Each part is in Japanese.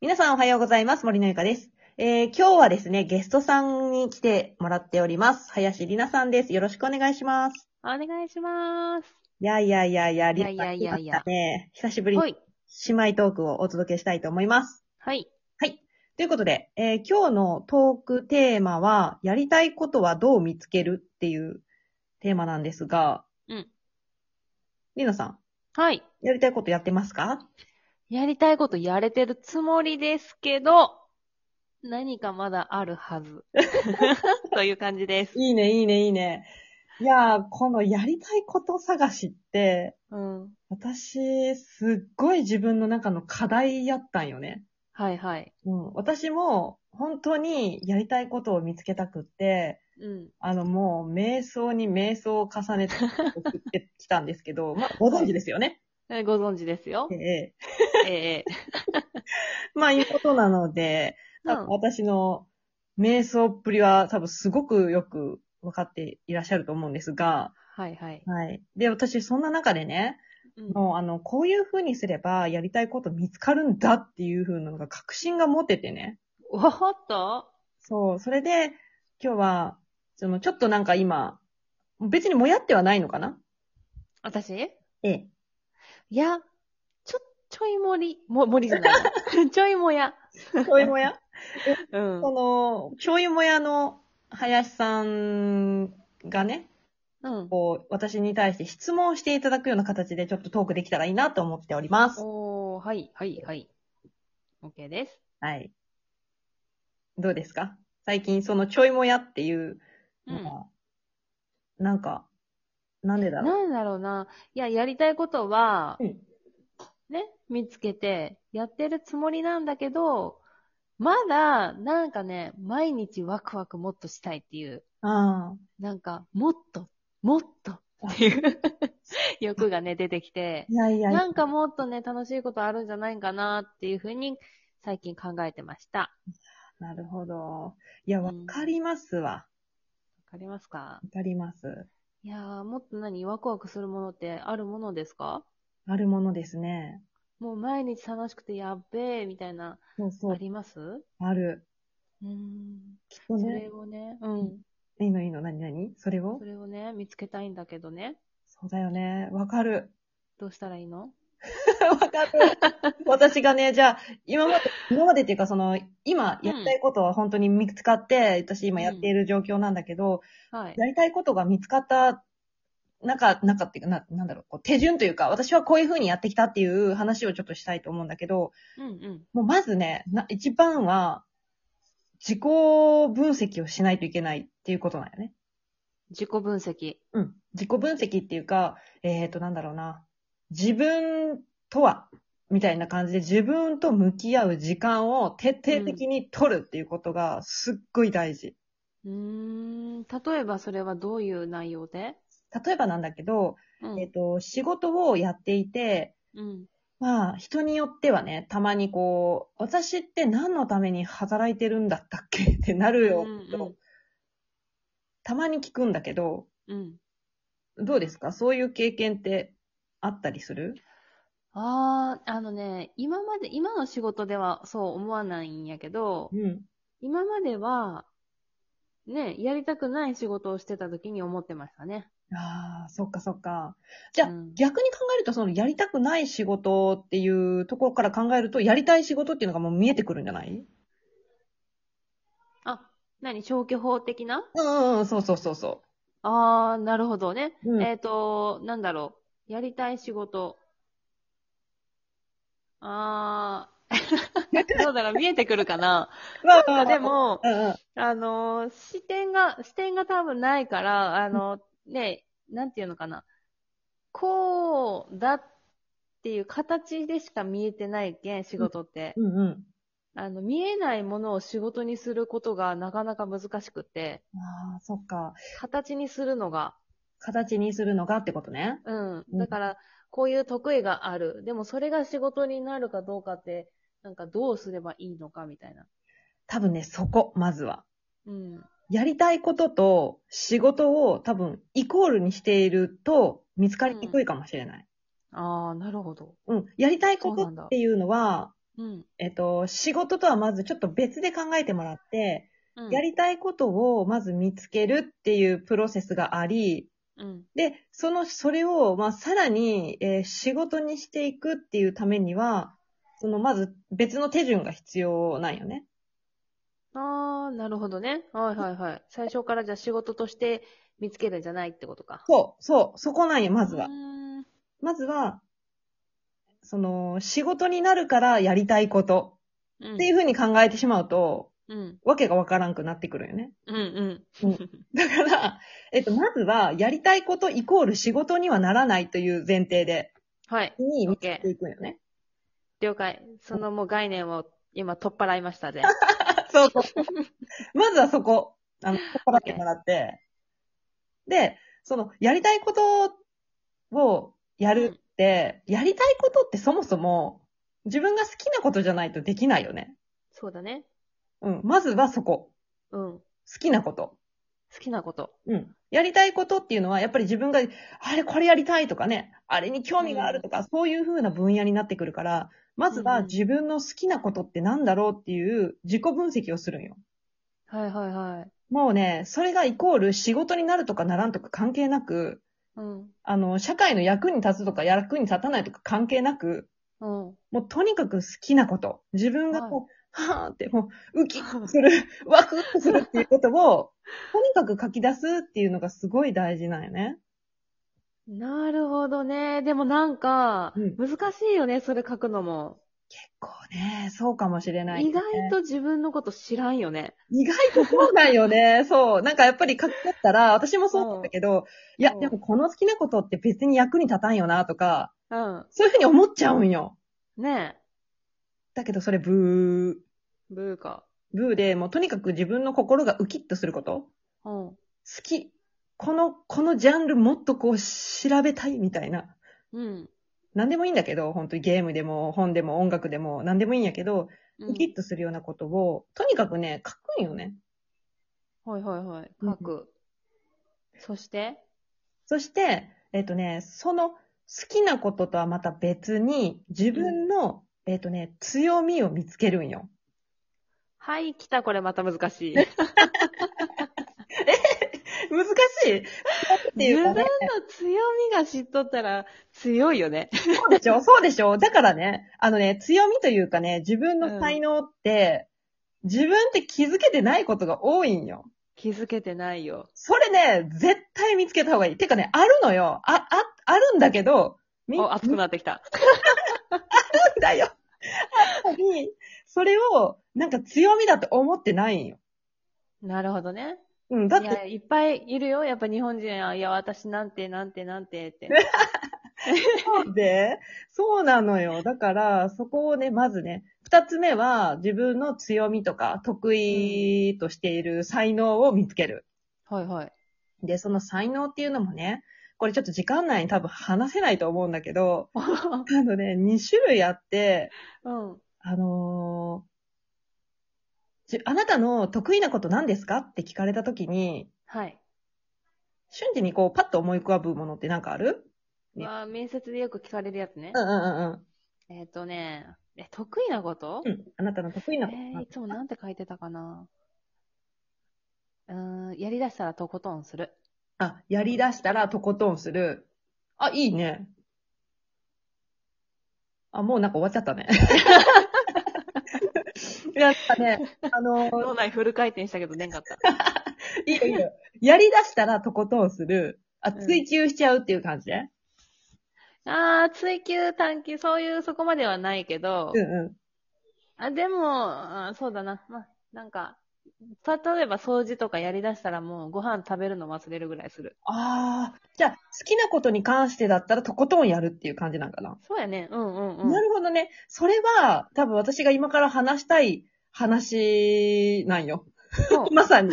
皆さんおはようございます。森のゆかです。えー、今日はですね、ゲストさんに来てもらっております。林里奈さんです。よろしくお願いします。お願いします。いやいやいやいや、いやいやい里奈やさん来いましやたね。久しぶりには姉い。妹トークをお届けしたいと思います。はい。ということで、えー今日のトークテーマは、やりたいことはどう見つけるっていうテーマなんですが、うん里奈さん、はい。やりたいことやってますかやりたいことやれてるつもりですけど、何かまだあるは ず。という感じです。いいね、いいね、いいね。いやー、このやりたいこと探しって、うん。私、すっごい自分の中の課題やったんよね。はいはい。うん、私も本当にやりたいことを見つけたくって、うん。あのもう瞑想に瞑想を重ねて送ってきたんですけど、まあご存知ですよね。えご存知ですよえ。えええ。まあいうことなので、う多分ん。私の瞑想っぷりは多分すごくよく分かっていらっしゃると思うんですが、はいはい。はい。で、私そんな中でね、うんもうあの、こういう風にすればやりたいこと見つかるんだっていう風なのが確信が持ててね。おほっとそう、それで今日は、そのちょっとなんか今、別にもやってはないのかな私ええ。いや、ちょ、ちょいもり。も、もりじゃないわ。ちょい もや。ちょいもやうん。その、ちょいもやの林さんがね、うん。こう、私に対して質問していただくような形でちょっとトークできたらいいなと思っております。おー、はい、はい、はい。OK です。はい。どうですか最近そのちょいもやっていううのんが、。なんか、なんでだろう。なんだろうな。いや、やりたいことは、うんね、見つけて、やってるつもりなんだけど、まだ、なんかね、毎日ワクワクもっとしたいっていう、あなんか、もっと、もっとっていう 欲がね、出てきてあ。、いやいやいやなんかもっとね、楽しいことあるんじゃないかなっていうふうに、最近考えてました。なるほど。いや、うんわかりますわ。わかりますかわかります。いやー、もっと何、ワクワクするものってあるものですかあるものですね。もう毎日楽しくてやっべえ、みたいな、そうそあう、りますある。うーん。きっとそねれ。をね、うん。いいのいいの、なになにそれをそれをね、見つけたいんだけどね。そうだよね。わかる。 どうしたらいいのわかる。私がね、じゃあ、今まで、今までっていうか、その、今やりたいことは本当に見つかって、私今やっている状況なんだけど、はい。やりたいことが見つかった、中、中っていうか、な、なんだろう、こう手順というか、私はこういうふうにやってきたっていう話をちょっとしたいと思うんだけど、うんうん。もうまずね、な一番は、自己分析をしないといけないっていうことなんよね。自己分析。うん。自己分析っていうか、えっ、ー、と、なんだろうな。自分とは、みたいな感じで自分と向き合う時間を徹底的に取るっていうことがすっごい大事。うーん。例えばそれはどういう内容で例えばなんだけど、うえっ、ん。と、仕事をやっていて、うん。まあ、人によってはね、たまにこう、私って何のために働いてるんだったっけ ってなるよ、うんうんたまに聞くんだけど、うん。どうですかそういう経験ってあったりするあー、あのね、今まで、今の仕事ではそう思わないんやけど、ん。今までは、ね、やりたくない仕事をしてた時に思ってましたね。ああ、そっかそっか。じゃあ、うん逆に考えると、そのやりたくない仕事っていうところから考えると、やりたい仕事っていうのがもう見えてくるんじゃないあ、何消去法的なうんうんうん、そうそうそうそあー、なるほどね。う。うん、えっ、と、なんだろう。やりたい仕事。あ ー、どうだろう、見えてくるかな。まあなんかで、も、うんうん。あのー、視点が、視点が多分ないから、あのー、ね、なんていうのかな。こうだっていう形でしか見えてないけん、仕事って。うんうん。あの、見えないものを仕事にすることがなかなか難しくて、ああ、そっか。形にするのが。形にするのがってことね。うん。うんだから、こういう得意がある。でも、それが仕事になるかどうかって、なんかどうすればいいのかみたいな。多分ね、そこ、まずは。うん。やりたいことと仕事を多分イコールにしていると見つかりにくいかもしれない。ああ、なるほど。うん。やりたいこそうとなんだっていうのは、うん。えっと、仕事とはまずちょっと別で考えてもらって、うん。やりたいことをまず見つけるっていうプロセスがあり、うん。で、その、それを、まあ、さらに、えー仕事にしていくっていうためには、その、まず別の手順が必要なんよね。ああ、なるほどね。はいはいはい。最初からじゃあ仕事として見つけるんじゃないってことか。そう、そう、そこなんよ、まずはうー。ん。まずは、その、仕事になるからやりたいことうん。っていうふうに考えてしまうと、うん。わけがわからんくなってくるよね。うんうん。だから、えっと、まずは、やりたいことイコール仕事にはならないという前提で、はい。に OK 見つけていくんよね。了解。そのもう概念を今取っ払いましたで。そうそう。まずはそこ、あの、取っ払ってもらって、で、その、やりたいことをやるって、やりたいことってそもそも、自分が好きなことじゃないとできないよね。 そうだね。うん。まずはそこ。うん。好好きなこと。きなこと。うん。やりたいことっていうのは、やっぱり自分が、あれこれやりたいとかね、あれに興味があるとか、そういう風な分野になってくるから、まずうんはうん自分の好きなことってなんだろうっていう自己分析をするんよ。はいはいはい。もうね、それがイコール仕事になるとかならんとか関係なく、うん。あの、社会の役に立つとか役に立たないとか関係なく、うん。もうとにかく好きなこと。自分がこう、はーってもう、ウキッとする、ワクッとするっていうこと を、とにかく書き出すっていうのがすごい大事なんよね。なるほどね。でもなんかう、ん難しいよね、それ書くのも。こうね、そうかもしれない、意外。と自分のこと知らんよね。意外とそうなんよね。そう。なんかやっぱり書き出ったら、私もそうだったけど、いや、うんでもこの好きなことって別に役に立たんよな、とか、うん。そういうふうに思っちゃうんよ。ねだけどそれブえ。ブーか。ー、ブーで、もうとにかく自分の心がウキッとすることうん。好き。この、このジャンルもっとこう調べたいみたいな。うん。何でもいいんだけど、本当にゲームでも本でも音楽でも何でもいいんやけど、うんウキッとするようなことを、とにかくね、書くんよね。はいはいはい。うん書く。そしてそして、えっ、とね、その好きなこととはまた別に、自分の、えっ、とね、強みを見つけるんよ。はい、来た、これまた難しい。難しいってい自うか分のね強みが知っとったら強いよね。そうでしょ そうでしょだからね、あのね、強みというかね、自分の才能って、自分って気づけてないことが多いんよ。気づけてないよ。それね、絶対見つけた方がいい。てかね、あるのよ。あ、あ、あるんだけど、みんお、な熱くなってきた。だよ。あるのに、それを、なんか強みだと思ってないんよ。なるほどね。うん、いだって、や、いっぱいいるよ。やっぱ日本人は、いや、私なんて、なんて、なんてって。そうで、そうなのよ。だから、そこをね、まずね、二つ目は、自分の強みとか、得意としている才能を見つける。はいはい。で、その才能っていうのもね、これちょっと時間内に多分話せないと思うんだけ ど、あのね、2種類あって、うん。あのーじあなたの得意なこと何ですかって聞かれた時に、はい。瞬時にこう、パッと思い浮かぶものってなんかあるねまあ、面接でよく聞かれるやつねう。んうんうんうん。えっ、とね、え、得意なこと、うん。あなたの得意なことえなー、いつもなんて書いてたかな。うーん、やりだしたらとことんする。あ、やり出したらとことんする。あ、いいね。あ、もうなんか終わっちゃった ね。いや、なんかね、あの、脳 内フル回転したけど出んかった。いいよいいよ。やり出したらとことんする。あ、うん追求しちゃうっていう感じね。あー、追求、探求、そういう、そこまではないけど、うんうあ、でも、あそうだな。まあ、なんか、た例えば掃除とかやりだしたらもうご飯食べるの忘れるぐらいする。ん。ああ、じゃあ、好きなことに関してだったらとことんやるっていう感じなんかな。そうやね。うんうんうん。なるほどね。それは、多分私が今から話したい話なんよ。そう ま さに。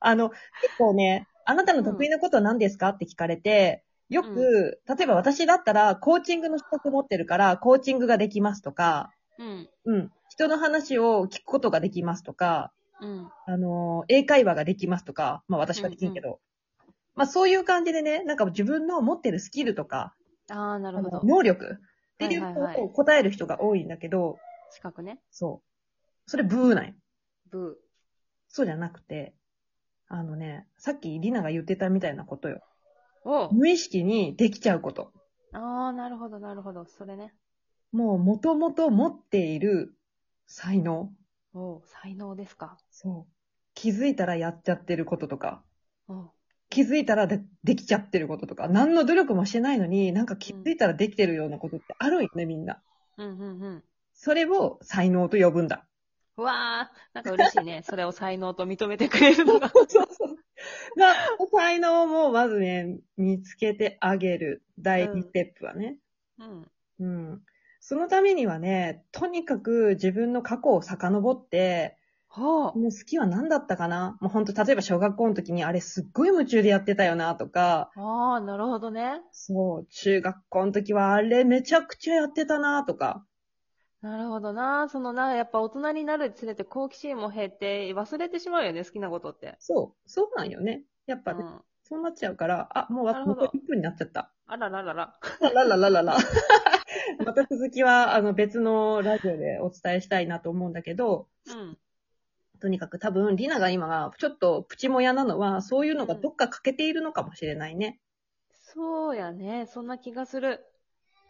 あの、結構ね、あなたの得意なことは何ですかって聞かれて、よく、うん例えば私だったら、コーチングの資格持ってるから、コーチングができますとか、うん。うん、人の話を聞くことができますとか、うん。あの、英会話ができますとか、まあ私はできんけど、まあそういう感じでね、なんか自分の持ってるスキルとか、ああ、なるほあのど。能力ていうはいはいはいことを答える人が多いんだけど、四角ね。そう。それブーなんよ。ブそうじゃなくて、あのね、さっきリナが言ってたみたいなことよ。ー。おう無意識にできちゃうこと。ああ、なるほど、なるほど。それね。もう元々持っている才能。おう才能ですか。そう。気づいたらやっちゃってることとか、おう気づいたらでできちゃってることとか、何の努力もしてないのに、なんか気づいたらできてるようなことってあるんよね、みんな。うんうんうん。それを才能と呼ぶん だ。うわあ、なんか嬉しい ね。それを才能と認めてくれるのが。そうそうそう。が、才能をもうまずね、見つけてあげる。第うん2ステップはね。うん。うん。そのためにはね、とにかく自分の過去を遡って、ほうもう好きは何だったかなもうほんと、例えば小学校の時にあれすっごい夢中でやってたよなとか、ああ、なるほどね。そう、中学校の時はあれめちゃくちゃやってたなとか、なるほどな。そのな、やっぱ大人になるにつれて好奇心も減って、忘れてしまうよね、好きなことって。そう、そうなんよね。やっうぱね、ん。そうなっちゃうから、あ、もうなわるほ残どり1分になっちゃっ た。あらららら。ラララララ。 また続きは、あの、別のラジオでお伝えしたいなと思うんだけど、うん。とにかく多分、リナが今、ちょっとプチもやなのは、そういうのがどっか欠けているのかもしれないね。そうやね。そんな気がする。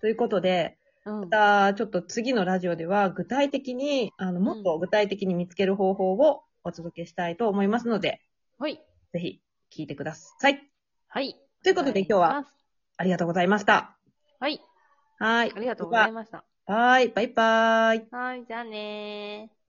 ということで、うん。また、ちょっと次のラジオでは、具体的に、あの、もっと具体的に見つける方法をお届けしたいと思いますので、はい。ぜひ、聞いてください。はい。ということで、今日は、。ありがとうございました。はい。はい。ありがとうございまました。す。はい、バイバイ。はい、じゃあねー。